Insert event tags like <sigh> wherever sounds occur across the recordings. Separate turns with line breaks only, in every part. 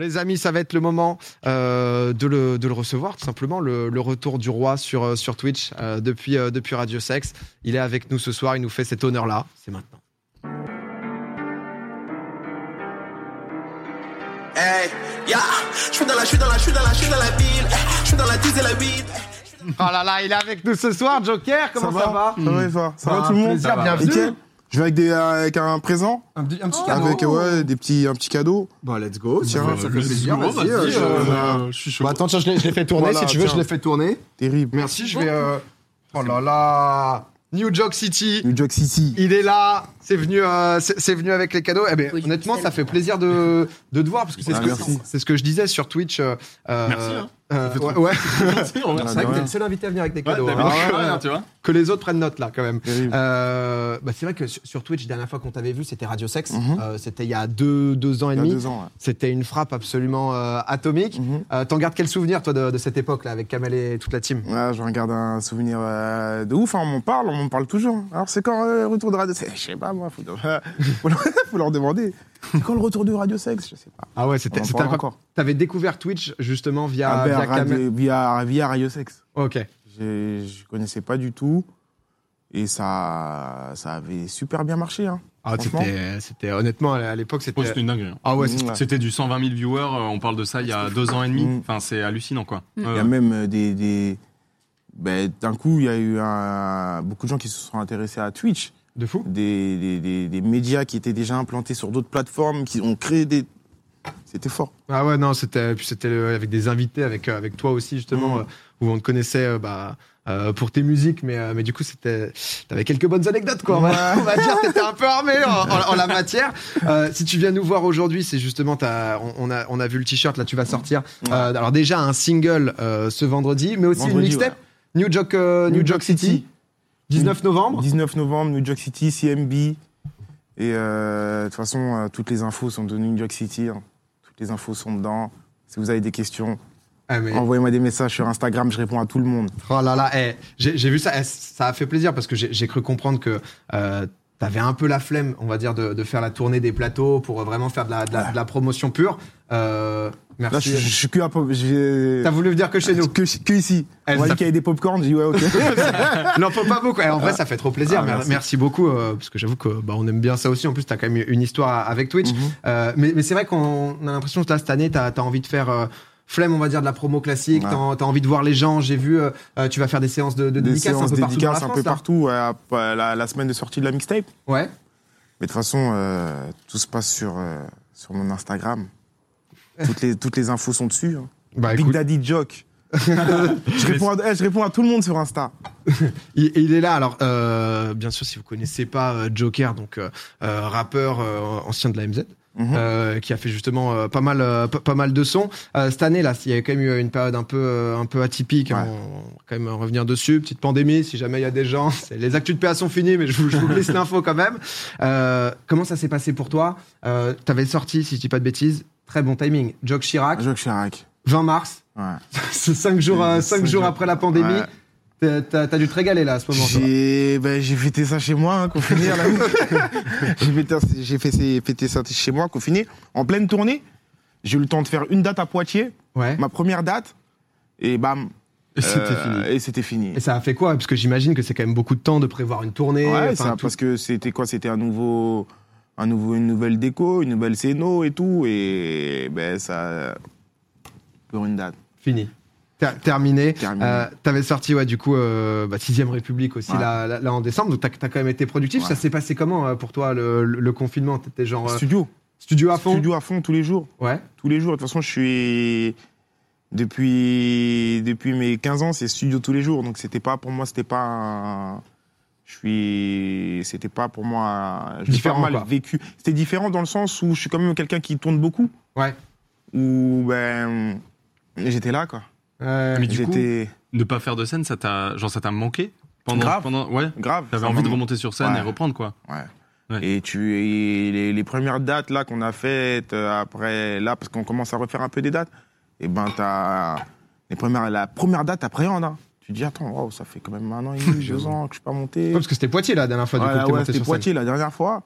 Les amis, ça va être le moment euh, de, le, de le recevoir, tout simplement, le, le retour du roi sur, euh, sur Twitch euh, depuis, euh, depuis Radio Sex. Il est avec nous ce soir, il nous fait cet honneur-là. C'est maintenant.
Hey, yeah. Je suis dans la, je suis dans la, je suis dans la, je suis dans la ville. Je suis dans la 10 et la 8.
Oh là là, il est avec nous ce soir, Joker, comment ça, va,
Ça va, et toi Ça
Ah,
va tout le monde
plaisir, bienvenue.
Nickel. Je viens avec, des, euh, avec un présent,
Un, petit- un petit cadeau.
avec euh, ouais, des petits, un petit cadeau.
Bon, let's go.
Tiens,
ça fait plaisir.
gros,
vas-y,
vas-y,
euh,
euh,
Euh, je suis chaud.
Bon, attends, tiens, je l'ai je l'ai fait tourner,
Voilà,
si tu veux,
tiens.
je l'ai fait tourner.
Terrible.
Merci, je vais... euh, Oh là là New York City
New York City.
il est là, c'est venu, euh, c'est c'est venu avec les cadeaux. Eh ben,
Oui,
honnêtement,
c'est
ça
le-
fait plaisir de, de te voir parce que c'est
Ah,
ce que-
merci.
c'est ce, que je disais sur Twitch. euh, euh,
Merci, hein.
euh,
fait
ouais,
trop
ouais.
Merci, on remercie.
C'est vrai que
ouais.
t'es le seul invité à venir avec des
Ouais,
cadeaux.
t'as
hein.
vu,
Ah ouais,
ouais,
ouais.
ouais, tu vois.
Que les autres prennent note là quand même.
Terrible.
Euh, bah, c'est vrai que sur, sur Twitch, la dernière fois qu'on t'avait vu, c'était Radio Sex. Euh, c'était il y a deux, deux ans et
Il y a
demi.
deux ans. ouais.
C'était une frappe absolument euh, atomique.
Mhm.
Euh, T'en gardes quel souvenir, toi, de, de cette époque là, avec Kamel et toute la team
Ouais, je regarde un souvenir euh, de ouf, hein, on m'en parle, on m'en parle toujours. Alors c'est quand euh, le retour de Radio Sex Je sais pas moi, faut, <laughs> faut leur, faut leur demander. C'est quand le retour de Radio Sex Je sais pas.
Ah ouais,
On
c'était
en
c'était
parle
incroyable.
encore.
T'avais découvert Twitch justement via,
Ah, via,
via Kamel.
radio, via, via Radio Sex.
Ok.
J'ai- Je connaissais pas du tout et ça, ça avait super bien marché. hein.
Ah,
Franchement.
c'était, c'était honnêtement à l'époque
Oh,
c'était.
C'était une dinguerie. hein.
Ah ouais, c'est-
Ouais.
C'était du 120 000 viewers, euh, on parle de ça il y a deux ans et demi.
Mm.
Enfin, c'est hallucinant, quoi.
Il y
Euh,
a même euh, des. des- ben, D'un coup, il y a eu un- beaucoup de gens qui se sont intéressés à Twitch,
de fou.
des, des- des- des médias qui étaient déjà implantés sur d'autres plateformes, qui ont créé des. C'était fort.
Ah ouais, non, c'était, puis c'était euh, avec des invités, avec euh, avec toi aussi justement,
Mm.
euh, où on te connaissait euh, bah, euh, pour tes musiques, mais euh, mais du coup c'était, t'avais quelques bonnes anecdotes quoi. on va- On va dire t'étais un peu armé en, en- en la matière. Euh, si tu viens nous voir aujourd'hui, c'est justement t'as- on, on a on a vu le t-shirt là, tu vas sortir.
Ouais.
Euh, alors déjà un single euh, ce vendredi, mais aussi une
Vendredi,
mixtape. New York euh, New, York City, 19 novembre.
19 novembre, New York City, CMB. Et euh, de toute façon, euh, toutes les infos sont de New York City. hein. Toutes les infos sont dedans. Si vous avez des questions,
Ah, mais-
envoyez-moi des messages sur Instagram, je réponds à tout le monde.
Oh là là, eh, j'ai j'ai vu ça, eh, ça a fait plaisir parce que j'ai j'ai cru comprendre que euh, t'avais un peu la flemme, on va dire, de, de faire la tournée des plateaux pour vraiment faire de la, de la, de la promotion pure. Euh,
Là, je,
merci.
je- je suis que à pop- j'ai-
T'as voulu venir que
<laughs>
chez nous.
Que, que ici.
Eh,
On
ça
m'a dit qu'il y avait des popcorns, j'ai dit ouais, ok.
N'en faut pas beaucoup. Eh, en vrai, ça fait trop plaisir.
Ah,
Mer- merci.
merci.
beaucoup euh, parce que j'avoue que bah, on aime bien ça aussi. En plus, t'as quand même une histoire avec Twitch.
Mhm.
Euh, mais mais c'est vrai qu'on a l'impression que là, cette année, t'as as envie de faire. euh, Flemme, on va dire, de la promo classique.
Ouais.
T'as t'as envie de voir les gens. J'ai vu, euh, euh, tu vas faire des séances de, de
des
dédicaces
séances
un peu partout. dans la
dédicaces un
France,
peu
là.
partout euh, à- à la, la semaine de sortie de la mixtape.
Ouais.
Mais de toute façon, euh, tout se passe sur, euh, sur
<laughs>
mon Instagram. Toutes les, toutes les infos sont dessus. hein.
Bah,
Big
écoute.
Daddy Joke. je, réponds à, eh, je réponds à tout le monde sur Insta.
Il, il est là. Alors, euh, bien sûr, si vous connaissez pas euh, Joker, donc euh, euh, rappeur euh, ancien de la MZ.
Mhm.
euh, qui a fait justement euh, pas mal euh, pas, pas mal de sons Euh, cette année là il y avait quand même eu une période un peu euh, un peu atypique hein.
Ouais.
on va quand même revenir dessus petite pandémie si jamais il y a des gens <laughs> c'est- les actus de PA sont finis mais je vous, je vous glisse l'info quand même Euh, comment ça s'est passé pour toi euh, t'avais sorti si je dis pas de bêtises très bon timing Jock Chirac
Joke Chirac.
20 mars <laughs>
Ouais.
c'est 5 jours euh, cinq
Cinq
jours
jours.
après la pandémie
Ouais.
T'as- t'as t'as dû te régaler là à ce moment je vois.
J'ai ben, j'ai fêté ça chez moi, hein, confiné.
<laughs>
à la- j'ai fêté, j'ai fêté- fêté ça chez moi, confiné. En pleine tournée, j'ai eu le temps de faire une date à Poitiers,
ouais
ma première date, et bam.
Et c'était
euh,
fini.
Et c'était fini.
Et ça a fait quoi Parce que j'imagine que c'est quand même beaucoup de temps de prévoir une tournée.
Ouais,
enfin,
ça,
tout-
parce que c'était quoi C'était un nouveau, un nouveau, une nouvelle déco, une nouvelle scéno et tout. Et ben ça. Pour une date.
Fini. Ter- terminé.
Terminé.
Euh, T'avais sorti, ouais, du coup, euh, bah, 6ème République aussi,
Ouais.
là, là, là, en décembre. Donc, t'as as quand même été productif.
Ouais.
Ça s'est passé comment euh, pour toi, le, le- le confinement T'étais genre euh,
Studio.
studio à fond
Studio à fond tous les jours.
Ouais.
Tous les jours. De toute façon, je suis. Depuis, depuis mes 15 ans, c'est studio tous les jours. Donc c'était pas pour moi, c'était pas un- Je suis. C'était pas pour moi. un- Je l'ai
Différent,
pas mal
quoi.
vécu. C'était différent dans le sens où je suis quand même quelqu'un qui tourne beaucoup.
Ouais.
Où ben. J'étais là, quoi.
Euh,
Mais du coup,
J'étais.
ne pas faire de scène, ça t'a, genre, ça t'a manqué pendant,
Grave.
pendant, ouais.
Grave.
T'avais
ça
envie de
m'a-
remonter sur scène
Ouais.
et reprendre, quoi.
Ouais.
Ouais.
Et tu et les, les premières dates là qu'on a faites euh, après là parce qu'on commence à refaire un peu des dates. Et ben t'as les premières la première date t'appréhendes. Hein. Tu te dis attends waouh ça fait quand même un an et
<laughs>
demi deux ans que je suis pas monté.
ouais, parce que c'était Poitiers, là, la dernière fois, du
Voilà,
coup, que t'es
ouais,
monté
c'était
sur
Poitiers la dernière fois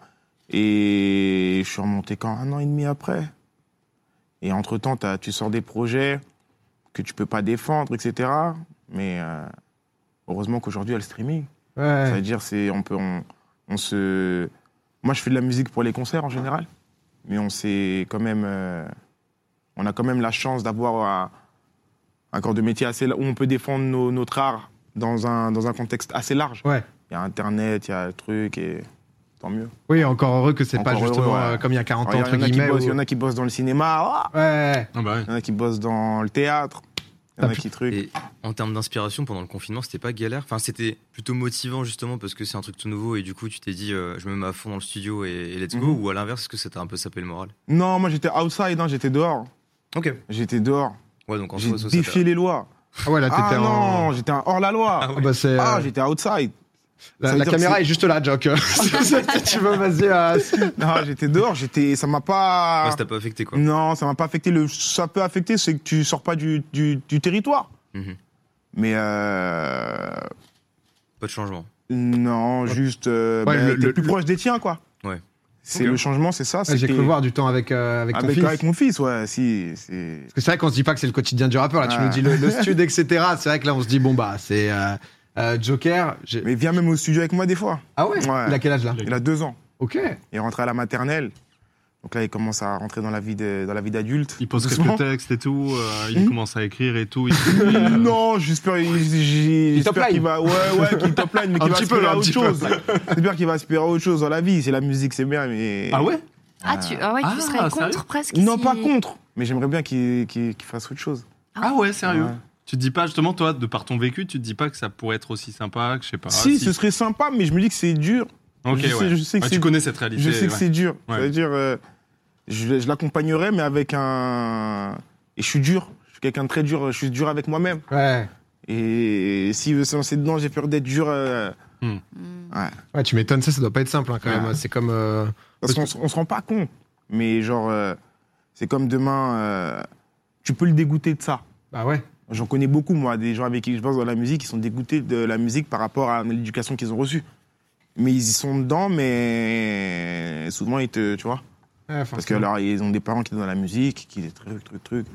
et je suis remonté quand un an et demi après. Et entre-temps, t'as- tu sors des projets que tu peux pas défendre, etc. Mais euh, heureusement qu'aujourd'hui, il y a le streaming.
Ouais.
C'est-à-dire, c'est, on peut, on, on se... Moi, je fais de la musique pour les concerts en général, mais on s'est quand même... euh, on a quand même la chance d'avoir un, un corps de métier assez... la- où on peut défendre nos- notre art dans un, dans un contexte assez large.
Ouais.
Il y a Internet, il y a le truc, et tant mieux.
Oui, encore heureux que c'est pas
Encore
justement
heureux, ouais.
euh, comme il y a 40
Alors, Il
ans,
y,
entre
en a qui
guillemets.
bossent- il y
où-
en a qui bossent dans le cinéma, ah
Ouais.
Ah bah ouais.
il y en a qui bossent dans le théâtre, il y en a qui truc.
Et en termes d'inspiration, pendant le confinement, c'était pas galère. Enfin, c'était plutôt motivant justement parce que c'est un truc tout nouveau et du coup, tu t'es dit, euh, je me mets à fond dans le studio et, et let's go.
Mhm.
Ou à l'inverse, est-ce que ça t'a un peu sapé le moral
Non, moi j'étais outside, hein, j'étais dehors.
Ok.
J'étais dehors.
Ouais, donc en
J'ai
soi, ça, ça t'a-
défié les lois.
Ah ouais, là,
Ah
t'étais en.
non, j'étais un hors-la-loi.
Ah ouais.
Ah bah, c'est,
Ah,
euh,
j'étais outside. ça
la
veut
la
dire que
caméra
c'est-
est juste là,
<laughs>
Jock. <laughs> Si tu veux, vas-y. euh, si-
Non, Ah, j'étais dehors, j'étais ça m'a
Ouais,
pas
ça t'a pas affecté quoi.
Non, ça m'a pas affecté le ça peut affecter c'est que tu sors pas du, du, du territoire.
Mhm.
Mais euh...
Pas de changement.
non, juste euh,
Ouais,
ben,
le-
t'es
le-
plus proche des tiens quoi.
Ouais.
C'est
Ok.
le changement, c'est ça, c'est
J'ai
que
cru
t'es
voir du temps avec, euh, avec ton
avec,
fils.
avec mon fils, ouais, si c'est
Parce que c'est vrai qu'on se dit pas que c'est le quotidien du rappeur. Là, tu
Ouais.
nous dis le, le
<laughs>
stud, etc. C'est vrai que là, on se dit, bon, bah, c'est euh, euh, Joker. j'ai-
Mais il vient même au studio avec moi des fois.
Ah ouais,
Ouais.
Il a quel âge là
Il a deux ans.
Ok.
Il est rentré à la maternelle. Donc là, il commence à rentrer dans la vie de- dans la vie d'adulte.
Il pose
Doucement.
quelques textes et tout, euh, il
Hmm.
commence à écrire et
<laughs>
tout. il
<laughs>
écrit, euh,
Non, j'espère j'ai- j'ai-
Il top
j'espère qu'il
line.
va ouais ouais qu'il top
<laughs>
line mais
Un
qu'il va
petit peu,
aspirer
un
à autre
petit peu.
chose. J'espère qu'il va aspirer à autre chose dans la vie, c'est la musique, c'est bien mais
Ah ouais
Ah, tu, ah ouais, tu
Ah,
serais
sérieux
contre presque
Non,
si-
pas contre, mais j'aimerais bien qu'il qu'il- qu'il fasse autre chose.
Ah ouais, sérieux
Ouais.
Tu te dis pas, justement, toi, de par ton vécu, tu te dis pas que ça pourrait être aussi sympa, que je sais
Ah
pas.
si, ce serait sympa mais je me dis que c'est dur.
Ok,
je, sais,
ouais.
je sais que
Ouais,
c'est
tu connais cette réalité.
je sais que
ouais.
c'est dur.
Ouais.
C'est-à-dire euh, je, je l'accompagnerai mais avec un et je suis dur, je suis quelqu'un de très dur, je suis dur avec moi-même.
Ouais.
Et s'il veut se lancer dedans, j'ai peur d'être dur. euh,
Hmm.
ouais.
Ouais, tu m'étonnes, ça, ça doit pas être simple hein, quand
Ouais.
même. C'est comme. euh,
Parce qu'on se- on se rend pas compte. Mais genre, euh, c'est comme demain, euh, tu peux le dégoûter de ça.
Bah ouais.
J'en connais beaucoup, moi, des gens avec qui je bosse dans la musique, qui sont dégoûtés de la musique par rapport à l'éducation qu'ils ont reçue. Mais ils y sont dedans, mais souvent, ils te, tu vois.
Ouais,
Parce que
forcément.
alors, ils ont des parents qui sont dans la musique, qui des trucs, trucs, trucs.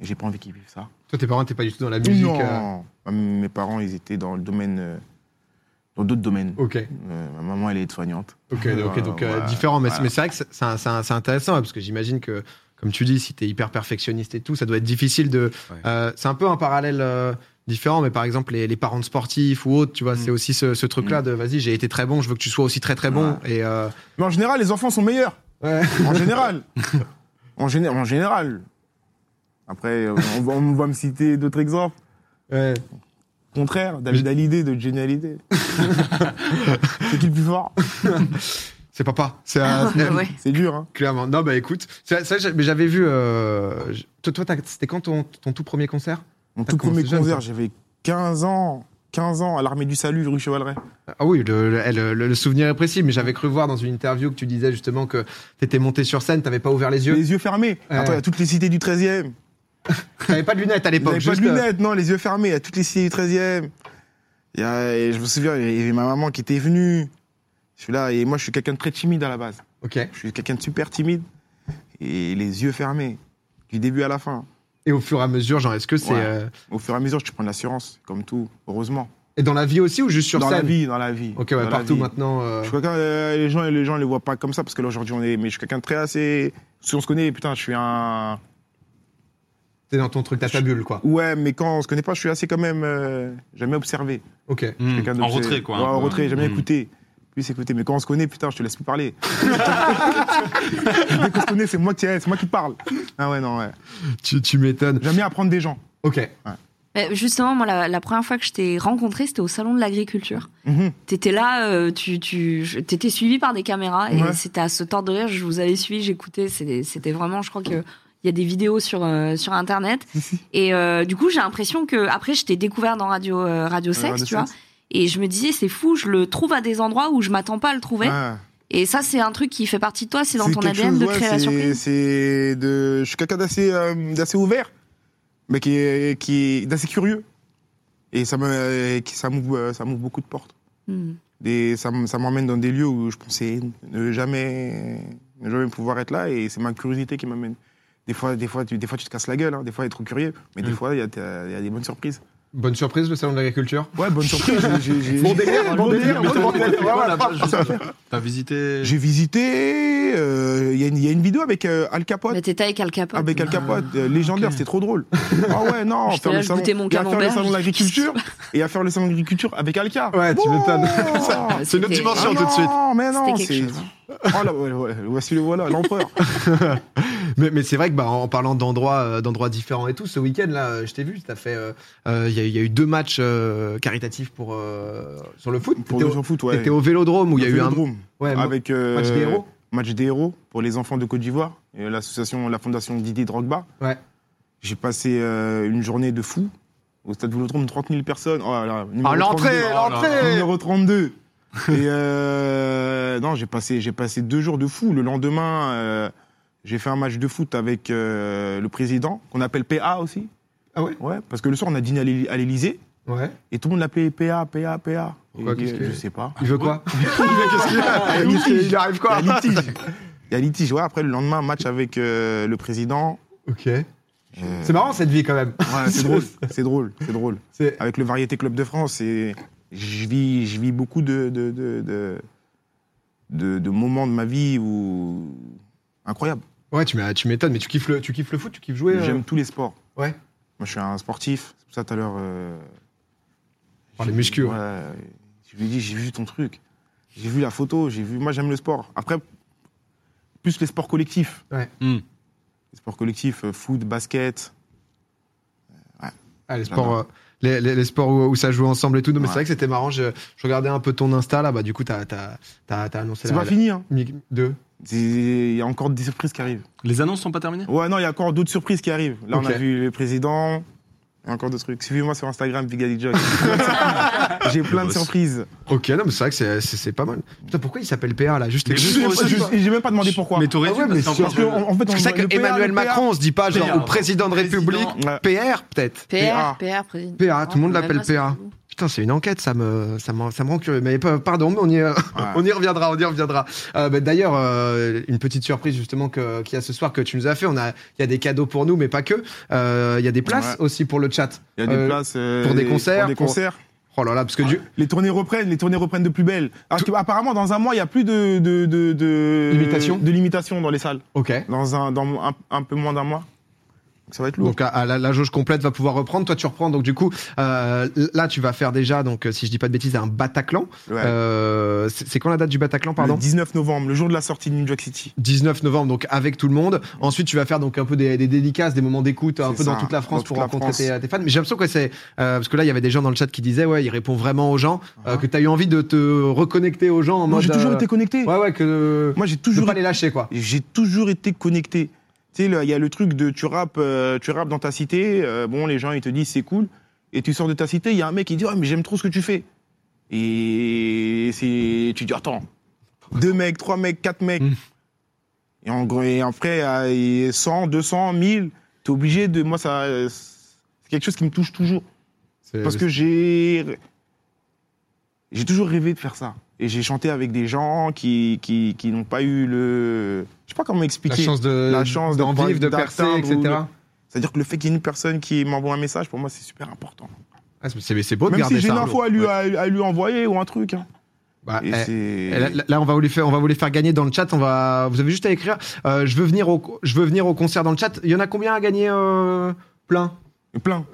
Et j'ai pas envie qu'ils vivent ça.
Toi, tes parents, t'es pas du tout dans la musique. euh,
non Ah, Mes parents, ils étaient dans le domaine. euh, dans d'autres domaines.
Ok.
Euh, ma maman, elle est soignante.
Ok, ok, donc euh,
Ouais,
différent. Mais,
ouais.
mais c'est vrai que c'est- c'est un- c'est un- c'est intéressant hein, parce que j'imagine que, comme tu dis, si t'es hyper perfectionniste et tout, ça doit être difficile de.
Ouais.
euh, c'est un peu un parallèle euh, différent, mais par exemple, les, les parents de sportifs ou autres, tu vois, c'est aussi ce, ce truc-là de vas-y, j'ai été très bon, je veux que tu sois aussi très très bon. Et euh,
Mais en général, les enfants sont meilleurs.
ouais. <laughs>
En général. en, géné- en général. Après, euh, on, va- on va me citer d'autres exemples.
Ouais.
Contraire, David Hallyday de génialité. c'est qui le plus fort
c'est papa. C'est
Ah,
un- c'est-
<laughs> <laughs> ouais.
C'est dur, hein
<laughs> Clairement. Non, bah écoute, ça, ça, j'a- mais j'avais vu. euh, j- toi, toi, t'as- c'était quand ton, ton tout premier concert
Mon
T'as
tout premier
commencé Ah, jeune,
concert,
toi.
j'avais 15 ans. 15 ans à l'armée du salut, rue Chevaleret.
Ah oui, le, le- le- le- le souvenir est précis, mais j'avais cru voir dans une interview que tu disais justement que t'étais monté sur scène, t'avais pas ouvert les yeux.
Les yeux fermés.
Ouais.
Attends, il y a toutes les cités du 13e.
T'avais pas de lunettes à l'époque.
J'avais pas de
juste, euh,
lunettes, non, les yeux fermés. Il y a toutes les cités du 13e. Il y a- et je me souviens, il y avait ma maman qui était venue. Je suis là, et moi, je suis quelqu'un de très timide à la base.
Ok.
Je suis quelqu'un de super timide et les yeux fermés du début à la fin.
Et au fur et à mesure, genre, est-ce que c'est
Ouais.
euh,
Au fur et à mesure, tu prends de l'assurance, comme tout, heureusement.
et dans la vie aussi ou juste sur
dans
scène
la vie, dans la vie.
Ok,
dans
ouais,
la
partout
vie.
maintenant. euh,
Je suis quelqu'un, euh, les gens, les gens les voient pas comme ça parce que là aujourd'hui on est, mais je suis quelqu'un de très assez. Si on se connaît, putain, je suis un.
T'es dans ton truc, t'as ta bulle, quoi.
Ouais, mais quand on se connaît pas, je suis assez quand même. euh, J'aime bien observer.
Ok.
Hmm,
Quelqu'un
En
d'observer.
retrait, quoi.
Ouais,
un
en
peu.
retrait, j'aime bien
Hmm.
écouter. Plus écouter, mais quand on se connaît, putain, je te laisse plus parler. <laughs> Dès qu'on se connaît, c'est moi qui, c'est moi qui parle. Ah ouais, non, ouais.
Tu, tu m'étonnes.
J'aime bien apprendre des gens.
Ok.
Mais Justement, moi, la, la première fois que je t'ai rencontré, c'était au salon de l'agriculture.
Mhm.
T'étais là, euh, tu, tu je- t'étais suivi par des caméras et
Ouais.
c'était à se tordre de rire. Je vous avais suivi, j'écoutais. C'était c'était vraiment, je crois que il y a des vidéos sur euh,
<laughs>
sur internet. et euh, du coup, j'ai l'impression que après, je t'ai découvert dans radio euh, radio sexe,
Radio
tu vois.
Sexe.
Et je me disais, c'est fou, je le trouve à des endroits où je m'attends pas à le trouver.
Ouais.
Et ça, c'est un truc qui fait partie de toi, c'est dans ton
quelque
ADN de
ouais,
créer la
c'est-
surprise.
C'est de, je suis quelqu'un d'assez, euh, d'assez ouvert, mais qui est, qui est d'assez curieux. Et ça me, qui, ça m'ouvre, euh, ça m'ouvre beaucoup de portes.
Hmm.
Des, ça, m- ça m'emmène dans des lieux où je pensais ne jamais, ne jamais pouvoir être là, et c'est ma curiosité qui m'amène. Des fois, des, fois, tu, des fois, tu te casses la gueule, hein. des fois, il est trop curieux, mais
Mm.
des fois, il y, a il y a des bonnes surprises.
Bonne surprise, le salon de l'agriculture.
Ouais, bonne surprise. <laughs> j'ai- j'ai-
Bon délire, bon délire,
Mais
bon
t'as-
délire.
t'as fait quoi,
voilà.
là-bas,
<laughs>
juste T'as visité.
J'ai visité. euh, Il y, a une- il y a une vidéo avec euh, Al Capote.
Mais t'étais avec Al Capote.
Avec Al
Ah,
Capote, euh, légendaire, c'était
<laughs>
trop drôle. Ah ouais, non,
J'étais
faire
là,
le
je
salon,
goûtais mon
et à faire le
camembert,
salon de
je-
l'agriculture et à faire le salon de l'agriculture avec Alka.
Ouais, tu
<laughs>
m'étonnes.
Ah,
C'est une autre
c'était-
dimension.
non,
tout de suite.
mais non,
C'était
c'est.
quelque
hein.
chose. hein.
Oh là, ouais, ouais, voici le
<laughs>
voilà, l'empereur.
Mais, mais c'est vrai que bah, en parlant d'endroits euh, d'endroits différents et tout, ce week-end là, euh, je t'ai vu, t'as fait, euh, euh, il y, a eu- il y a eu deux matchs euh, caritatifs pour euh, sur le foot.
Pour
T'étais
le
au-
jeu foot, ouais.
T'étais au Vélodrome Ah, où il y a
Le
eu un
Vélodrome,
ouais, mo-
avec, euh,
match des héros.
match des héros pour les enfants de Côte d'Ivoire, et l'association, la fondation Didier Drogba.
Ouais.
J'ai passé euh, une journée de fou au stade Vélodrome, 30 000 personnes. Oh là là, numéro
Ah, l'entrée,
32.
Oh là
l'entrée.
Numéro 32. Et euh, non, j'ai passé, j'ai passé deux jours de fou. Le lendemain, euh, j'ai fait un match de foot avec euh, le président, qu'on appelle PA aussi.
Ah ouais
Ouais, parce que le soir, on a dîné à l'Ély- à l'Élysée
Ouais.
et tout le monde l'appelait PA, PA, PA.
Pourquoi,
Et il dit,
qu'est-ce que-
Je sais pas.
<laughs> Il veut quoi Qu'est-ce qu'il a Il-
litige.
Il arrive quoi
Ah, Il y a litige. Il y a litige. Ouais, après, le lendemain, match avec euh, le président.
Ok.
Euh,
C'est marrant cette vie quand même.
ouais, <laughs> c'est drôle. C'est drôle. C'est drôle.
C'est-
avec le Variété Club de France. Et je vis, je vis beaucoup de, de, de, de, de- de moments de ma vie où. Incroyable.
Ouais, tu m'as- tu m'étonnes, mais tu kiffes le, tu kiffes le foot, tu kiffes jouer. euh,
J'aime tous les sports.
Ouais.
Moi, je suis un sportif. C'est pour ça, tout à l'heure. euh,
Par les
j'ai-
muscu, ouais.
ouais, Je lui ai dit, j'ai vu ton truc. J'ai vu la photo. J'ai vu. Moi, j'aime le sport. Après, plus les sports collectifs.
Ouais.
Hmm.
Les sports collectifs, euh, foot, basket.
Ah, les sports, euh, les, les- les sports où, où ça joue ensemble et tout. Non, mais
Ouais.
c'est vrai que c'était marrant. Je, je regardais un peu ton Insta là. Bah, du coup, t'as as, annoncé
C'est
la,
pas fini, hein.
la- de-
C'est- Il y a encore des surprises qui arrivent.
Les annonces sont pas terminées
Ouais, non, il y a encore d'autres surprises qui arrivent. Là, on
Ok.
a vu le président. Il y a encore d'autres trucs. Suivez-moi sur Instagram, Big Jock. <laughs> J'ai plein de
Boss.
surprises.
Ok, non, mais c'est vrai que c'est- c'est c'est pas mal. Putain, pourquoi il s'appelle PA là Juste.
Mais
Je-
juste-
je- J'ai même pas demandé pourquoi.
Mais t'aurais
Ah ouais,
dû,
mais sur-
parce qu'en
Parce que,
plus,
en en fait, on-
C'est ça que
le PA,
Emmanuel
le PA,
Macron, on se dit pas genre
PA,
ou président de
président.
République,
Ouais.
PR peut-être.
PA.
PR, PR, président.
PA, tout le monde
Ah,
l'appelle
même pas,
PA.
c'est fou.
Putain, c'est une enquête, ça me, ça me, ça me rend curieux. Mais pa- pardon, mais on y, <laughs> on y reviendra, on y reviendra. Euh, bah, D'ailleurs, euh, une petite surprise justement que- qu'il y a ce soir que tu nous as fait. On a, il y a des cadeaux pour nous, mais pas que. Euh, Il y a des places
Ouais.
aussi pour le chat.
Il y a des
Euh,
places. euh,
pour des concerts,
Pour des
pour-
concerts.
Oh là là, parce que du
Les tournées reprennent, les tournées reprennent de plus belle. Ah, tu- Apparemment, dans un mois, il n'y a plus de. de, de, de
Limitation
De limitation dans les salles.
Ok.
Dans un, dans un, un peu moins d'un mois. Donc, ça va être lourd.
Donc à, à la, la jauge complète va pouvoir reprendre. Toi, tu reprends. Donc du coup, euh, là, tu vas faire déjà. Donc euh, si je dis pas de bêtises, un Bataclan.
Ouais.
Euh, c'est c'est quand la date du Bataclan, pardon
Le 19 novembre, le jour de la sortie de New York City.
19 novembre, donc avec tout le monde. Ensuite, tu vas faire donc un peu des, des dédicaces, des moments d'écoute, un
C'est
peu dans
ça,
toute la France
dans
pour
toute la
rencontrer
France.
tes, tes fans. Mais j'ai l'impression que c'est euh, parce que là, il y avait des gens dans le chat qui disaient ouais, il répond vraiment aux gens, euh, que t'as eu envie de te reconnecter aux gens en
Moi,
mode.
j'ai toujours
euh,
été connecté.
Ouais, ouais, que
Moi, j'ai
toujours
toujours
pas les lâcher quoi.
j'ai toujours été connecté. Tu sais, le- il y a le truc de tu rappes, euh, tu rappes dans ta cité, euh, bon, les gens ils te disent c'est cool, et tu sors de ta cité, il y a un mec qui dit ouais, mais j'aime trop ce que tu fais. Et c'est, tu dis attends, deux mecs, trois mecs, quatre mecs.
Mm.
Et en gros, et après, à- et 100, 200, 1000, t'es obligé de. Moi, ça, euh, c'est quelque chose qui me touche toujours.
C'est-
Parce que j'ai. J'ai toujours rêvé de faire ça. Et j'ai chanté avec des gens qui, qui, qui n'ont pas eu le. Je sais pas comment
la
expliquer.
chance de
la chance
d'en
de-
vivre, de percer,
d'atteindre
etc.
ou de- C'est-à-dire que le fait qu'il y ait une personne qui m'envoie un message, pour moi, c'est super important.
Ah, c'est- c'est c'est beau de
Même
garder
si j'ai
ça.
une
hein.
info à lui,
Ouais.
à, à lui envoyer ou un truc. hein.
Bah,
Et
eh,
c'est.
Et Là, là, on va vous les faire, on va vous les faire gagner dans le chat. On va, vous avez juste à écrire. euh, je veux venir au, je veux venir au concert dans le chat. Il y en a combien à gagner euh, Plein. <laughs>
Plein.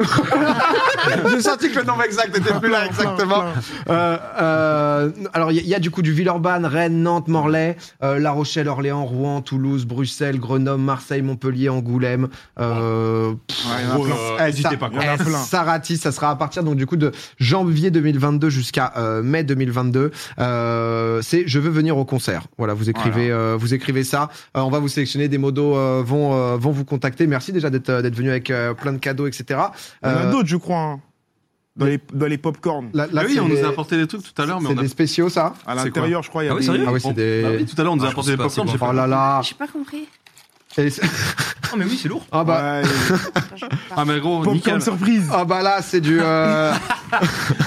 J'ai senti que le nombre exact n'était plus là exactement. Euh, euh, alors il y, y a du coup du Villeurbanne, Rennes, Nantes, Morlaix, euh, La Rochelle, Orléans, Rouen, Toulouse, Bruxelles, Grenoble, Marseille, Montpellier, Angoulême. Euh,
Ouais, il y en a
Oh,
plein.
euh,
Eh,
hésitez
ça-
pas, quoi.
eh, Sarati, ça sera à partir donc du coup de janvier 2022 jusqu'à euh, mai 2022. Euh, c'est je veux venir au concert. Voilà, vous écrivez, euh, vous écrivez ça. Euh, on va vous sélectionner des modos euh, vont euh, vont vous contacter. Merci déjà d'être euh, d'être venu avec euh, plein de cadeaux, etc.
Il y en a
Euh,
d'autres, je crois. hein. Dans, les, dans les popcorn.
là- là,
Ah oui,
c'est
on nous
des-
a apporté des trucs tout à l'heure, mais
C'est
on a.
des spéciaux ça.
À
c'est
l'intérieur, je crois, il y a
Ah oui,
des-
sérieux
Ah oui,
on-
c'est des.
Bah oui, tout à l'heure, on nous a
Ah, je
apporté des
pense pas,
popcorns.
c'est
j'ai
bon.
fait-
Oh là là.
J'ai pas compris.
Et c'est-
Ah, mais oui, c'est lourd.
ah, bah, <laughs> Oh,
Ouais,
Ah, mais gros,
popcorn
nickel.
surprise.
ah bah là, c'est du. euh,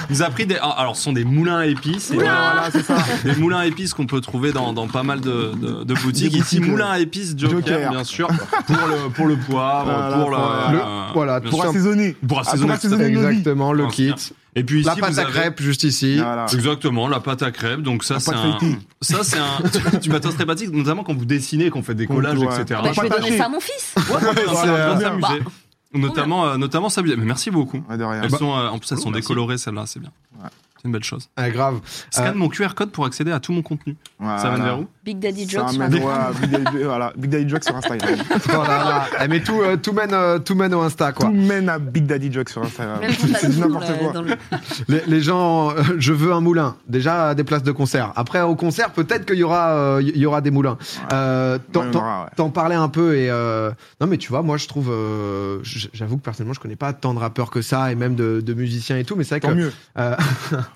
Il nous a pris des. ah, alors, ce sont des moulins à épices. et
Oula
voilà,
Voilà, c'est ça.
des moulins à épices qu'on peut trouver dans, dans pas mal de, de- de boutiques.
Des
Ici,
boutiques,
moulin à épices Joker,
Joker.
bien sûr, pour le, pour le poivre,
Voilà, Ah,
pour la-
le-
euh,
voilà,
bien
pour
sûr.
un-
Assaisonné.
Pour
pour
assaisonner.
assaisonner. Donne-nous vie.
Exactement, le
Non,
kit.
Et puis ici,
La pâte
vous
à
avez-
crêpes, juste ici.
Voilà.
Exactement, la pâte à crêpes. Donc ça,
La
c'est
pâte
un,
feuilletée.
ça c'est un du matos très pratique, notamment quand vous dessinez, qu'on fait des collages,
Ouais.
etc.
Ah bah, je vais
Pas
donner
taché.
ça à mon fils.
Ouais, ouais,
c'est,
on va
euh,
s'amuser.
bah.
Notamment, euh, notamment s'amuser. Mais merci beaucoup.
Ouais, de rien.
Eh bah,
Elles sont, euh, en plus, elles sont
merci.
décolorées, celles-là, c'est bien.
Bah, oh, Ouais. Euh,
C'est une belle chose.
Ah, grave.
Scanne mon QR code pour accéder à tout mon contenu. Ça mène
Voilà.
vers où
Big Daddy Jokes.
Ça
sur
mène,
Instagram.
ouais, Big Daddy- voilà, Big Daddy Jokes sur
<laughs>
Instagram.
Oh là là. Eh, Mais tout, euh, tout, mène, euh, tout mène au Insta, quoi.
Tout mène à Big Daddy Jokes sur Instagram.
Même quand t'as
<laughs> C'est
tout
n'importe
dans le-
quoi.
euh, dans le-
Les, les gens, euh, je veux un moulin. Déjà des places de concert. Après au concert, peut-être qu'il y aura, euh, il y aura des moulins. Euh, t'en-
Ouais, il y en
t'en-
aura, ouais.
T'en parlais un peu et euh, non mais tu vois, moi je trouve, euh, j- j'avoue que personnellement je connais pas tant de rappeurs que ça et même de, de musiciens et tout, mais c'est vrai
Tant
que
mieux.
euh,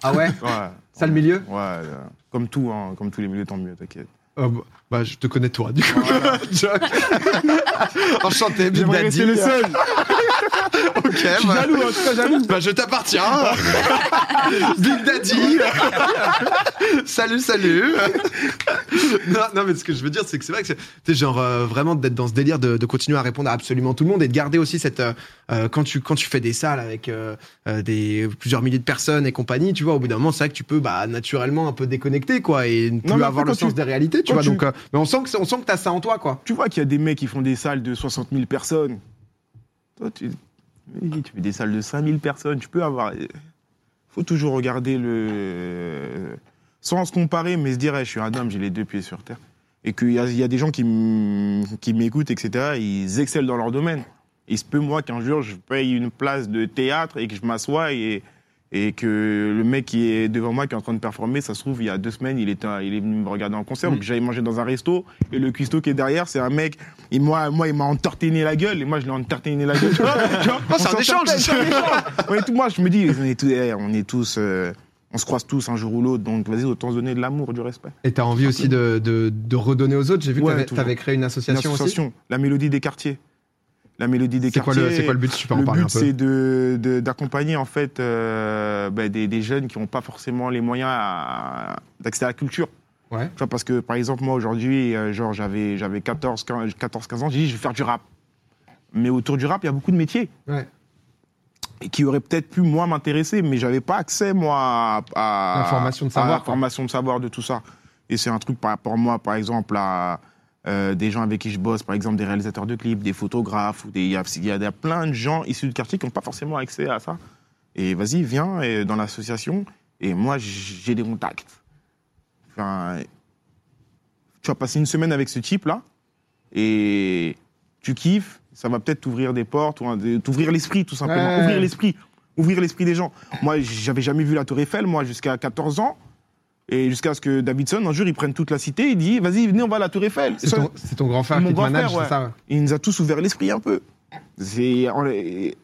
ah ouais,
Ouais.
ça le milieu.
Ouais, euh, comme tout, hein, comme tous les milieux, tant mieux, t'inquiète.
Euh, bah, bah, je te connais toi. Du coup, <laughs>
<laughs>
Joke. Enchanté, Big
J'aimerais
Daddy.
rester le seul.
Ok, bah,
Jaloux, en tout cas, jaloux.
bah, je <laughs> t'appartiens. Big <laughs> Daddy. salut, salut. <laughs> non, non, mais ce que je veux dire, c'est que c'est vrai que c'est t'es genre euh, vraiment d'être dans ce délire de, de continuer à répondre à absolument tout le monde et de garder aussi cette euh, euh, quand tu quand tu fais des salles avec euh, euh, des plusieurs milliers de personnes et compagnie, tu vois, au bout d'un moment, c'est vrai que tu peux bah naturellement un peu déconnecter quoi et ne plus
mais après,
avoir le
quand
sens
tu-
des réalités, tu
quand
vois.
tu-
Donc, euh, mais on sent que c'est- on sent que t'as ça en toi quoi.
Tu vois qu'il y a des mecs qui font des salles de 60 000 personnes. Toi, tu, oui, tu fais des salles de 5 000 personnes. Tu peux avoir. euh, faut toujours regarder le. Sans se comparer, mais se dire, eh, je suis un homme, j'ai les deux pieds sur terre. Et qu'il y, a- il y a des gens qui m- qui m'écoutent, etc. Ils excellent dans leur domaine. Il se peut, moi, qu'un jour, je paye une place de théâtre et que je m'assoie et, et que le mec qui est devant moi, qui est en train de performer, ça se trouve, il y a deux semaines, il, était, il est venu me regarder en
Mm.
concert, ou que j'allais manger dans un resto, et le cuistot qui est derrière, c'est un mec, et moi, moi il m'a entortiné la gueule, et moi, je l'ai entortiné la
<laughs>
gueule. tu vois, tu vois,
Oh,
on
c'est un échange,
s'entortille, c'est un échange. On est tout- Moi, je me dis, on est tous, eh, on, est tous euh, on se croise tous un jour ou l'autre, donc vas-y, autant se donner de l'amour, du respect.
Et t'as envie aussi de, de, de redonner aux autres. J'ai vu que
Ouais,
t'avais-
toujours.
t'avais créé une
Une
association, aussi.
association, la mélodie des quartiers. La mélodie des
C'est quoi,
quartiers.
le- c'est quoi le but si Tu peux en
le
parler
but,
un peu.
c'est de- de- d'accompagner en fait euh, bah, des, des jeunes qui n'ont pas forcément les moyens à- d'accéder à la culture.
Ouais.
Tu vois, parce que par exemple, moi aujourd'hui, euh, genre j'avais j'avais 14, 15, 14, 15 ans, j'ai dit je vais faire du rap. Mais autour du rap, il y a beaucoup de métiers.
Ouais.
Et qui auraient peut-être pu, moi, m'intéresser, mais j'avais pas accès, moi, à, à-
À la formation de
à
savoir,
la formation de savoir de tout ça. Et c'est un truc par rapport, moi, par exemple, à euh, des gens avec qui je bosse, par exemple, des réalisateurs de clips, des photographes, ou des- il y a, il y a- il y a plein de gens issus du quartier qui n'ont pas forcément accès à ça. Et vas-y, viens et dans l'association, et moi, j'ai des contacts. Enfin, tu vas passer une semaine avec ce type-là, et tu kiffes, ça va peut-être t'ouvrir des portes, ou un- des- t'ouvrir l'esprit, tout simplement.
Ouais.
Ouvrir l'esprit, ouvrir l'esprit des gens. Moi, j'avais jamais vu la Tour Eiffel, moi, jusqu'à 14 ans. Et jusqu'à ce que Davidson, un jour, il prenne toute la cité, il dit Vas-y, venez, on va à la Tour Eiffel.
C'est
Ça,
ton, c'est ton grand frère
Mon
qui te
grand
manage,
frère, ouais.
c'est ça
il nous a tous ouvert l'esprit un peu. C'est- on est-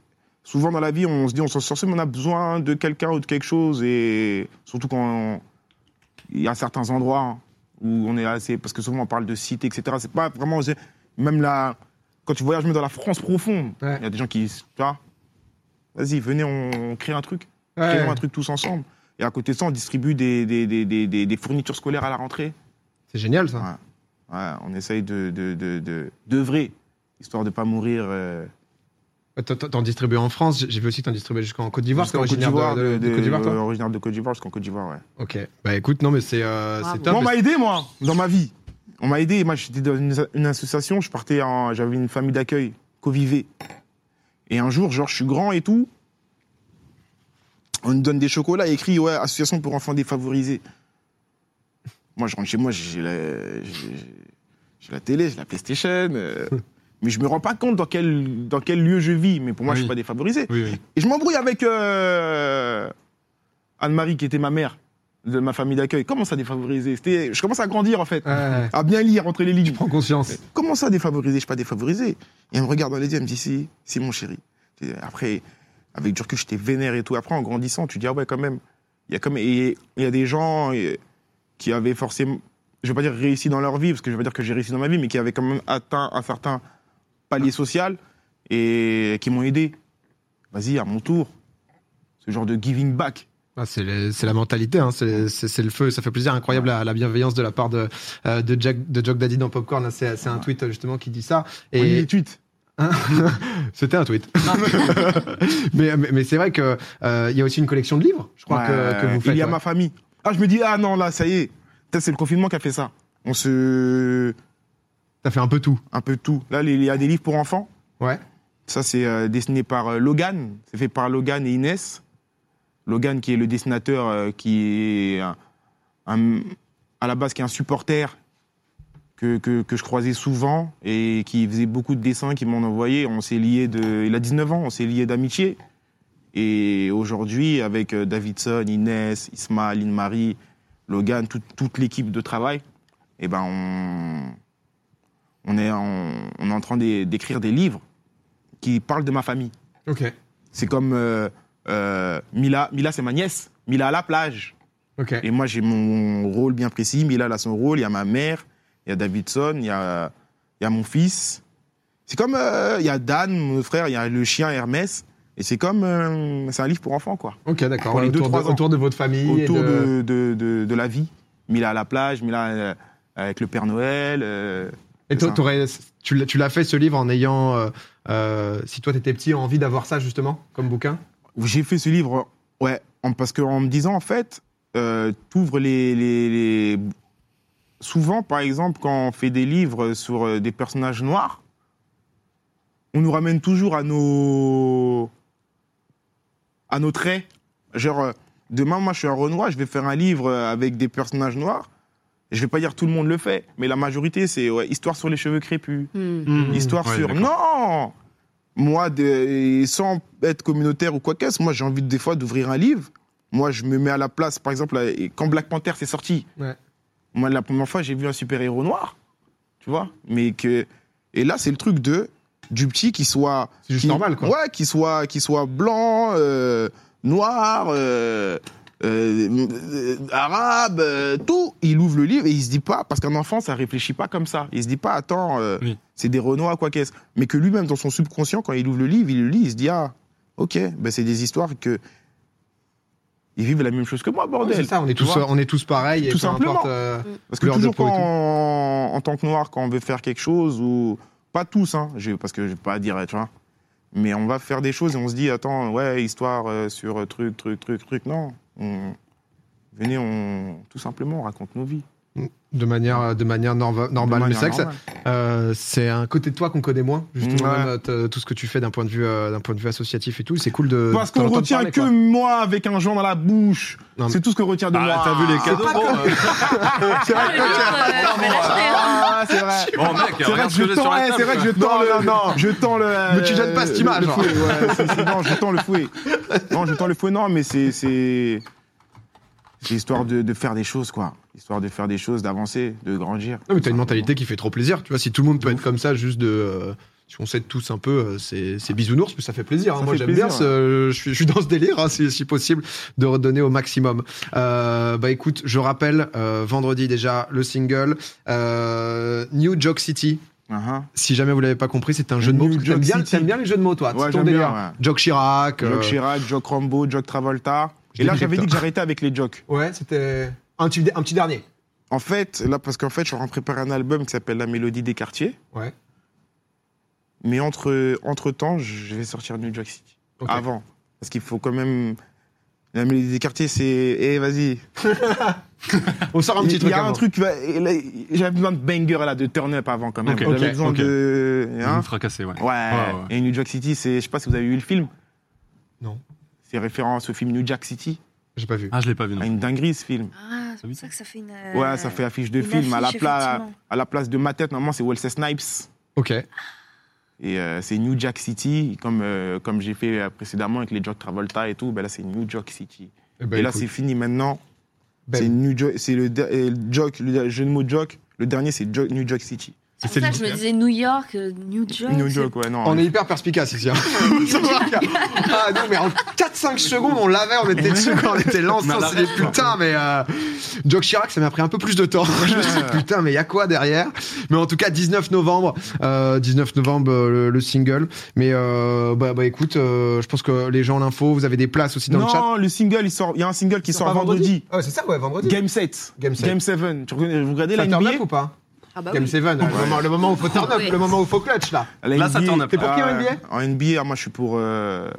Souvent dans la vie, on se dit on s'en sort, seul, mais on a besoin de quelqu'un ou de quelque chose. Et surtout quand on- il y a certains endroits hein, où on est assez. Parce que souvent on parle de sites, etc. C'est pas vraiment. c'est- Même là, quand tu voyages même dans la France profonde, il
Ouais.
y a des gens qui. Tu vois, vas-y, venez, on, on crée un truc.
Ouais.
Créons un truc tous ensemble. Et à côté de ça, on distribue des- des- des- des- des- des fournitures scolaires à la rentrée.
C'est génial ça.
Ouais. Ouais, on essaye de de de de d'œuvrer, histoire de pas mourir. euh,
T'en- T'en t'en distribues en France, j'ai j'ai vu aussi que t'en distribuais jusqu'en Côte d'Ivoire, c'est
jusqu'en Côte
originaire
d'Ivoire,
de, de- de
de-
Côte d'Ivoire
de-
toi
originaire de Côte d'Ivoire jusqu'en Côte d'Ivoire, ouais.
Ok, bah écoute, non mais c'est euh,
Bravo.
c'est
Moi,
top.
on m'a aidé, moi, dans ma vie. On m'a aidé. Moi, j'étais dans une, une association. Je partais en, j'avais une famille d'accueil, Covivé. Et un jour, genre, je suis grand et tout. On nous donne des chocolats écrit, ouais, association pour enfants défavorisés. Moi, je rentre chez moi, j'ai la, j'ai- j'ai la télé, j'ai la PlayStation.
<laughs>
euh, mais je me rends pas compte dans quel, dans quel lieu je vis. Mais pour moi, je suis
Oui.
pas défavorisé.
Oui, oui.
Et je m'embrouille avec euh, Anne-Marie, qui était ma mère de ma famille d'accueil. Comment ça défavorisé C'était- Je commence à grandir, en fait,
bah, Ouais,
à bien lire entre les lignes.
prends conscience.
Comment ça défavorisé Je suis pas défavorisé. Et elle me regarde dans les yeux, elle me dit si, si, mon chéri. Et Après, avec du recul, j'étais vénère et tout. Après, en grandissant, tu dis ah ouais, quand même. Il y a comme et il y a des gens euh, qui avaient forcément. je vais pas dire réussi dans leur vie, parce que je vais pas dire que j'ai réussi dans ma vie, mais qui avaient quand même atteint un certain palier social et qui m'ont aidé. Vas-y, à mon tour. Ce genre de giving back.
Ah, c'est le- c'est la mentalité, hein, c'est c'est- c'est le feu, ça fait plaisir, incroyable la, la bienveillance de la part de, euh, de, Jack, de Jock Daddy dans Popcorn, là, c'est c'est un tweet euh, justement qui dit ça.
Et...
Et,
tweets.
Hein C'était un tweet. <laughs> mais mais, mais c'est vrai que euh, il y a aussi une collection de livres, je crois, que, que vous faites.
Il y a
ouais.
ma famille. Ah, je me dis, ah non, là, ça y est. Peut-être c'est le confinement qui a fait ça. On se.
T'as fait un peu tout.
un peu tout. Là, il y a des livres pour enfants.
Ouais.
Ça, c'est euh, dessiné par euh, Logan. C'est fait par Logan et Inès. Logan, qui est le dessinateur, euh, qui est un- un- à la base qui est un supporter que, que, que je croisais souvent et qui faisait beaucoup de dessins, qui m'en envoyait. On s'est lié de. Il a 19 ans, on s'est lié d'amitié. Et aujourd'hui, avec euh, Davidson, Inès, Isma, Lynn-Marie, Logan, toute- toute l'équipe de travail, eh ben on, on est en, on est en train d'é- d'écrire des livres qui parlent de ma famille.
Ok.
C'est comme euh, euh, Mila, Mila c'est ma nièce, Mila à la plage.
Ok.
Et moi j'ai mon rôle bien précis, Mila elle a son rôle, il y a ma mère, il y a Davidson, il y a, il y a mon fils. C'est comme, euh, il y a Dan, mon frère, il y a le chien Hermès. Et c'est comme, euh, c'est un livre pour enfants quoi.
Ok, d'accord.
Pour les deux,
Autour, de,
trois ans.
autour de votre famille. et
Autour
de-
de... De, de- de la vie. Mila à la plage, Mila euh, avec le Père Noël. euh,
Et toi,
ça.
t'aurais- tu l'as- tu l'as fait ce livre en ayant, euh, euh, si toi t'étais petit, envie d'avoir ça justement comme bouquin.
J'ai fait ce livre, ouais, en- parce qu'en me disant, en fait, euh, t'ouvres les, les- les- Souvent, par exemple, quand on fait des livres sur euh, des personnages noirs, on nous ramène toujours à nos... à nos traits. Genre, euh, demain, moi, je suis un Renoir, je vais faire un livre euh, avec des personnages noirs. Je vais pas dire tout le monde le fait, mais la majorité, c'est ouais, histoire sur les cheveux crépus.
Hmm.
Ah,
Mmh.
Histoire
Ouais,
sur.
d'accord.
Non Moi, de- sans être communautaire ou quoi que ce soit, moi, j'ai envie des fois d'ouvrir un livre. Moi, je me mets à la place, par exemple, là, et quand Black Panther s'est sorti.
Ouais.
Moi, la première fois, j'ai vu un super-héros noir. Tu vois Mais que. Et là, c'est le truc de. Du petit qui soit.
C'est juste
qui-
normal, quoi.
Ouais, qui soit, qui soit blanc, euh, noir, euh, euh, euh, arabe, euh, tout. Il ouvre le livre et il se dit pas, parce qu'un enfant, ça réfléchit pas comme ça. Il se dit pas, attends, euh,
Oui.
c'est des Renois, quoi qu'est-ce. Mais que lui-même, dans son subconscient, quand il ouvre le livre, il le lit, il se dit, ah, ok, ben c'est des histoires que. Ils vivent la même chose que moi,
Ouais,
bordel.
c'est ça, on est
Tu
tous,
vois
euh, on est tous pareils. et
Tout
peu importe,
simplement.
euh,
Parce que
Couleur de
toujours
peau et
quand,
tout.
en, tant que noir, quand on veut faire quelque chose, ou pas tous, hein, je- parce que je vais pas dire, tu vois, mais on va faire des choses et on se dit, attends, ouais, histoire euh, sur euh, truc, truc, truc, truc. Non, on- venez, on, tout simplement, on raconte nos vies.
de manière, euh, de manière norva- normale.
De
mais
manière
c'est vrai que ça-
normale.
Euh, c'est un côté de toi qu'on connaît moins, justement,
Ouais.
même, euh, t- tout ce que tu fais d'un point de vue, euh, d'un point de vue associatif et tout. C'est cool de.
Parce
d'en
qu'on
entendre
retient
parler,
que
quoi.
moi avec un joint dans la bouche.
Non, mais-
C'est tout ce qu'on retient de moi.
Ah, t'as vu les cadeaux Bon, euh,
Ah, le livre, euh, on va l'acheter, hein.
Ah, c'est vrai.
bon, mec,
C'est vrai
regarde
que
ce que
je
j'ai sur
tends,
la
eh,
table.
c'est vrai que je tends le, je tends le. euh,
Mais tu donnes pas cette
le-
image,
le
hein.
fouet, ouais, c'est- c'est- non, je tends le fouet. Non, je tends le fouet. Non, mais c'est c'est c'est histoire de, de faire des choses, quoi. Histoire de faire des choses, d'avancer, de grandir.
Non, mais Ah t'as une mentalité qui fait trop plaisir. Tu vois, si tout le monde peut être comme ça, juste de. euh, si on s'aide tous un peu, euh, c'est c'est bisounours, mais ça fait plaisir. hein.
Ça
Moi,
fait
j'aime
plaisir,
bien. ce- je, suis, je suis dans ce délire, hein, si, si possible, de redonner au maximum. Euh, bah écoute, je rappelle, euh, vendredi déjà, le single euh, New Joke City.
Uh-huh.
Si jamais vous l'avez pas compris, c'est un jeu de mots.
New
parce que T'aimes
Joke
bien,
City.
t'aimes bien les jeux de mots, toi. c'est
Ouais,
ton
j'aime
délire.
bien, ouais.
Joke Chirac. euh,
Jock Chirac, Jock Rambo, Jock Travolta.
Je
Et là,
détecte.
j'avais dit que j'arrêtais avec les jokes.
Ouais, c'était un petit, un petit dernier.
En fait, là, parce qu'en fait, je suis en train de préparer un album qui s'appelle La Mélodie des quartiers.
Ouais.
Mais entre, entre temps, je vais sortir New Jack City.
Ok.
Avant. Parce qu'il faut quand même. La mélodie des quartiers, c'est. Eh, vas-y.
On sort un petit
Il il
truc.
y a un
avant.
truc. qui va- et là, J'avais besoin de banger, là, de turn-up avant, quand même.
Ok.
J'avais
Ok, Mhm.
besoin
ok.
de.
Vous
hein
me fracassez, ouais.
ouais.
ouais.
Et New Jack City, c'est. Je sais pas si vous avez vu le film.
Non.
C'est référence au film New Jack City.
J'ai pas vu.
Ah, je l'ai pas vu,
Ah,
non.
Une dinguerie, ce film.
Ah, c'est pour ça que ça fait une. euh,
Ouais, ça fait affiche de
une
film. à, la
affiche,
pla-
effectivement.
à la place de ma tête, normalement, c'est Wesley Snipes.
Ok. Eh
Et euh, c'est New Jack City, comme, euh, comme j'ai fait euh, précédemment avec les Jock Travolta et tout. Ben là, c'est New Jack City.
Eh ben,
et là,
écoute,
c'est fini maintenant.
Ben.
C'est New Jo- c'est le, de- euh, le joke, le jeu de mots joke. Le dernier, c'est Jo- New Joke City.
C'est
c'est
pour ça que je
le-
me disais New York, euh, New York.
New
c'est-
York, ouais, non.
On est hyper perspicace ici. hein. <laughs> Faut savoir qu'à- ah non, mais en 4-5 secondes, on l'avait, on était dessus quand on était lancé.
Mais à
On
la
s'est dit,
ref, quoi.
putain, mais. Euh... Jock Chirac, ça m'a pris un peu plus de temps. <laughs> je me suis dit, putain, mais il y a quoi derrière Mais en tout cas, 19 novembre, euh, 19 novembre, euh, le, le single. Mais euh, bah, bah écoute, euh, je pense que les gens l'info, vous avez des places aussi dans le chat.
Non, le single, il sort. Il y a un single qui sort vendredi.
Ah ouais, c'est ça, ouais, vendredi.
Game 7.
Game set.
Game 7. Tu reconnais- vous regardez la
Ça turn
NBA
up ou pas
Ah bah
Game
oui.
7, euh, le, moment, le moment où faut turn up,
Ouais.
le moment où faut clutch là.
La
Là, ça
NBA.
turn up.
T'es pour qui en
Ah,
NBA
En NBA, ah, moi je suis pour. euh,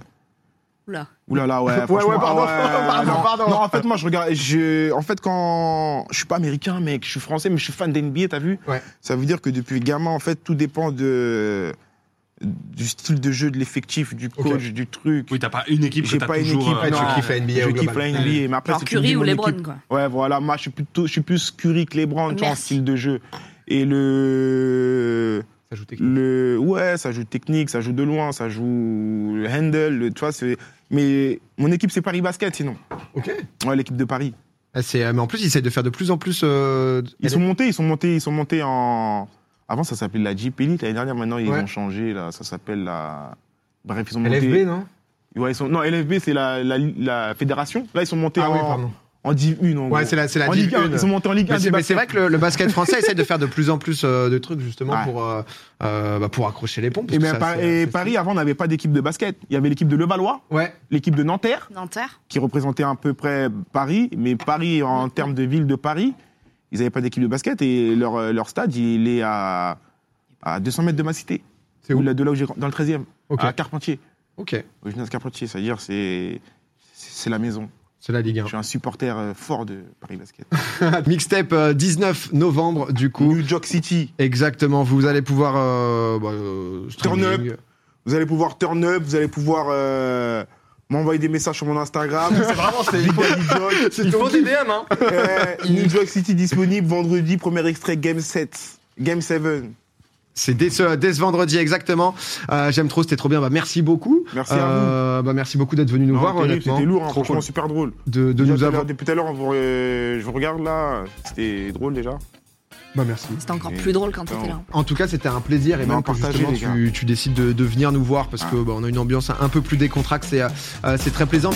Oula.
Ouh là là, ouais. franchement,
ouais,
<laughs>
pardon, pardon,
non.
pardon.
Non, en fait, moi, je regarde. Je, en fait, quand je suis pas américain, mec, je suis français, mais je suis fan d'NBA, t'as vu
Ouais.
Ça veut dire que depuis gamin, en fait, tout dépend de du style de jeu, de l'effectif, du coach, du truc.
Oui, t'as pas une équipe que
J'ai
t'as
pas une
toujours.
équipe.
euh,
Ouais, tu
non,
kiffes la NBA
je
au
kiffe
global.
la NBA, mais après,
Alors
c'est
Curry
toujours
ou
mon
Lebron,
équipe.
quoi.
Ouais, voilà, moi, je suis plutôt, je suis plus Curry que LeBron, tu vois, en
Merci.
style de jeu. Et le
Ça joue technique.
le ouais ça joue technique ça joue de loin ça joue le handle le- tu vois c'est mais mon équipe c'est Paris Basket sinon
Ok.
ouais l'équipe de Paris
Ah, c'est, euh, mais en plus, ils essayent de faire de plus en plus. euh,
ils sont montés ils sont montés ils sont montés en avant ça s'appelait la Jeep Elite l'année dernière maintenant ils
Ouais.
ont changé là ça s'appelle la bref ils sont montés
LFB, non
ouais ils sont non LFB c'est la, la, la fédération là ils sont montés
Ah
en
oui, pardon.
en Div 1 en
Ouais,
gros.
c'est la, c'est la
en
Div
Ligue 1,
une.
ils sont montés en Ligue 1
Mais c'est,
des
mais c'est vrai
baskets.
que le, le basket
<laughs>
français essaie de faire de plus en plus euh, de trucs justement
Ouais.
pour euh, euh, bah, pour accrocher les pompes.
et,
parce que ça,
mais Par-
c'est-
et
c'est-
Paris avant n'avait pas d'équipe de basket il y avait l'équipe de Levallois
Ouais.
l'équipe de Nanterre
Nanterre.
qui représentait à peu près Paris, mais Paris en termes de ville de Paris, ils n'avaient pas d'équipe de basket et leur, euh, leur stade, il est à, à 200 mètres de ma cité.
C'est où
Ou là- De là où j'ai grand- dans le 13e,
Ok.
à Carpentier.
Ah, Ok.
Au gymnase Carpentier, c'est-à-dire c'est c'est la maison.
C'est la Ligue
Je suis un supporter euh, fort de Paris Basket.
1. <laughs> Mixtape euh, 19 novembre du coup.
New York City,
Exactement. Vous allez pouvoir. Euh, bah, euh,
Turn up.
streaming.
vous allez pouvoir turn up, vous allez pouvoir euh, m'envoyer des messages sur mon Instagram. <laughs> c'est vraiment <laughs> c'est
Ils font des DM, hein
Euh, New York City disponible vendredi, premier extrait Game 7, Game 7.
C'est dès ce, dès ce vendredi exactement. Euh, J'aime trop, c'était trop bien. Bah, merci beaucoup.
Merci à
Euh, bah, merci beaucoup d'être venu nous
Non,
voir.
terrible,
honnêtement.
C'était lourd, hein,
Trop
franchement
cool
super drôle.
de, de
Déjà,
nous
tout à
avoir.
l'heure- Depuis tout à l'heure, on vous re- je vous regarde là, c'était drôle déjà.
Bah, merci.
C'était encore
Et-
plus drôle quand t'étais là.
En tout cas, c'était un plaisir et
Non,
même que
partagez,
justement
les gars.
tu, tu décides de, de venir nous voir parce
Ah.
que bah, on a une ambiance un peu plus décontractée, c'est euh, c'est euh, très plaisant.